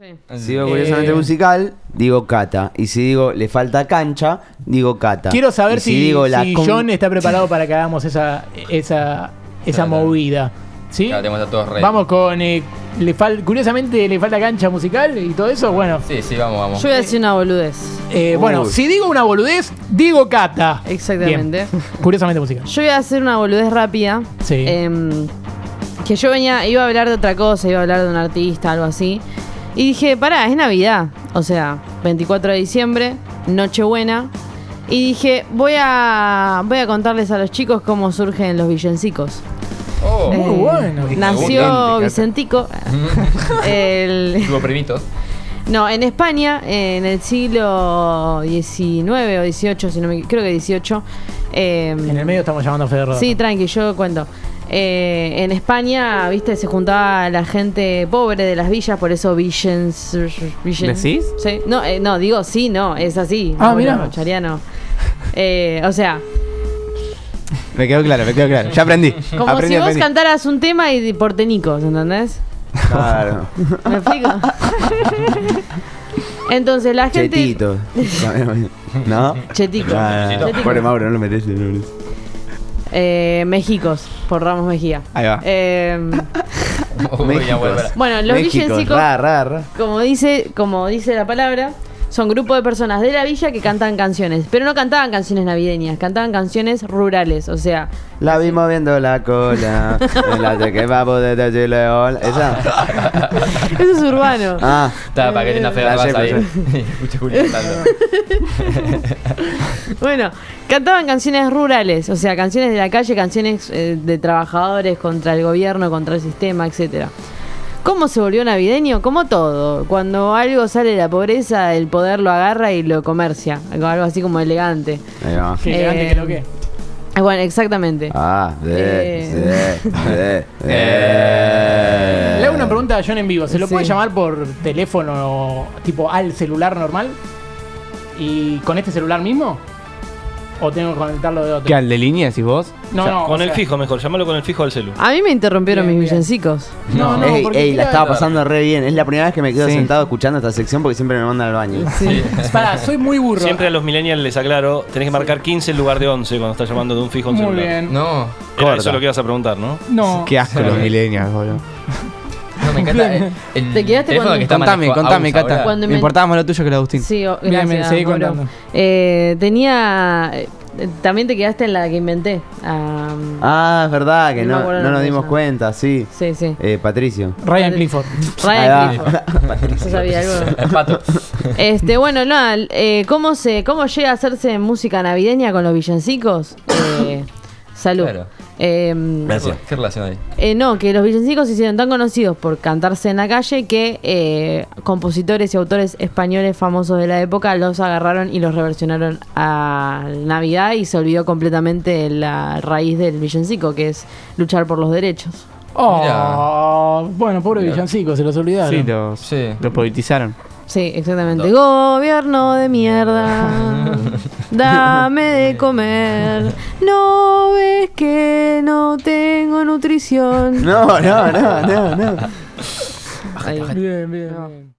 Sí. Si digo curiosamente Eh. musical, digo Cata. Y si digo le falta cancha, digo Cata. Quiero saber Y si, si con- John está preparado para que hagamos esa, esa, esa Claro. movida. ¿Sí? Claro, tenemos a todos ready. Vamos con. eh, le fal- curiosamente, le falta cancha musical y todo eso. Bueno, Sí, sí, vamos, vamos. Yo voy a decir una boludez. eh, Uy. bueno si digo una boludez, digo cata. Exactamente. Bien. Curiosamente musical. Yo voy a hacer una boludez rápida. Sí. Em, que yo venía, iba a hablar de otra cosa, iba a hablar de un artista, algo así. Y dije, pará, es Navidad. O sea, 24 de diciembre, Nochebuena. Y dije, voy a, voy a contarles a los chicos cómo surgen los villancicos. Oh, Eh, bueno. Nació Vicentico. el, tuvo primitos. No, en España, en el siglo XIX o XVIII, si no me, creo que XVIII. eh, En el medio estamos llamando a Fede Roda. sí, tranqui, yo cuento. Eh, en España, viste, se juntaba la gente pobre de las villas, por eso Villens. Villens- ¿Decís? Sí. No, eh, no, digo sí, no, es así. Ah, Mauro mirá. Chariano. Eh, o sea, Me quedó claro, me quedó claro. Ya aprendí. como aprendí, si vos aprendí. cantaras un tema y portenicos, ¿entendés? Claro. ¿Me explico? Entonces la gente. Chetito. ¿No? Chetico. Ah, Chetico. Pobre Mauro, no lo merece, no lo merece. Eh, Mejicos, por Ramos Mejía. Ahí va. Eh, Uy, ya vuelve. bueno, los México, villancicos, ra, ra, ra. como dice, como dice la palabra, son grupo de personas de la villa que cantan canciones, pero no cantaban canciones navideñas, cantaban canciones rurales, o sea, La vi moviendo la cola. en la que va a poder decirle hola. Esa. eso es urbano. Ah. Está, para que tenga fe de La raza llevo, ahí. Escucha Julio cantando. Bueno, cantaban canciones rurales, o sea, canciones de la calle, canciones eh, de trabajadores contra el gobierno, contra el sistema, etcétera. ¿Cómo se volvió navideño? Como todo. Cuando algo sale de la pobreza, el poder lo agarra y lo comercia. Algo algo así como elegante. Ahí va. Qué elegante Eh, que lo que. Ah, Bueno, exactamente. Ah, de, Eh. de, de, de. Eh. Le hago una pregunta a John en vivo. ¿Se lo Sí. puede llamar por teléfono tipo al celular normal? ¿Y con este celular mismo? ¿O tengo que conectarlo de otro? ¿Qué, al de línea decís vos? No, O sea, no. con o el sea- fijo mejor, llámalo con el fijo del celu. A mí me interrumpieron Bien, mis bien. villancicos. No, no, ey, porque ey, la quiero- estaba pasando re bien. Es la primera vez que me quedo Sí. sentado escuchando esta sección porque siempre me mandan al baño. Sí. Pará, soy muy burro. Siempre a los millennials les aclaro, tenés que marcar 15 en lugar de 11 cuando estás llamando de un fijo a un Muy celular. bien. No, Era Corta. eso lo que ibas a preguntar, ¿no? No. Qué asco los millennials, boludo. no me encanta. eh, El Te quedaste teléfono cuando- que está Contame, manejando contame, Agus Cata. ahora. Cuando Me me- importaba más lo tuyo que lo de Agustín. Sí, o- Bien, bien, gracias, seguí Mauro. contando. Eh, tenía. eh, También te quedaste en la que inventé. Ah, Ah, es verdad, que No me no, acuerdo no nos la dimos cosa. cuenta, sí. sí, sí. Eh, Patricio. Ryan Clifford. Ryan Ahí va. Clifford. Yo sabía algo. Pato. Este, bueno, nada, eh, ¿cómo, se, ¿cómo llega a hacerse música navideña con los villancicos? Eh, salud. Claro. Eh, ¿Qué relación hay? eh, no, que los villancicos se hicieron tan conocidos por cantarse en la calle que eh, compositores y autores españoles famosos de la época los agarraron y los reversionaron a Navidad y se olvidó completamente la raíz del villancico, que es luchar por los derechos. Oh, bueno, pobre Mirá. villancico, se los olvidaron. Sí, los, Sí. los politizaron. Sí, exactamente. Gobierno de mierda. Dame de comer. No ves que no tengo nutrición. No, no, no, no, no. Ahí. Bien, bien, No. bien.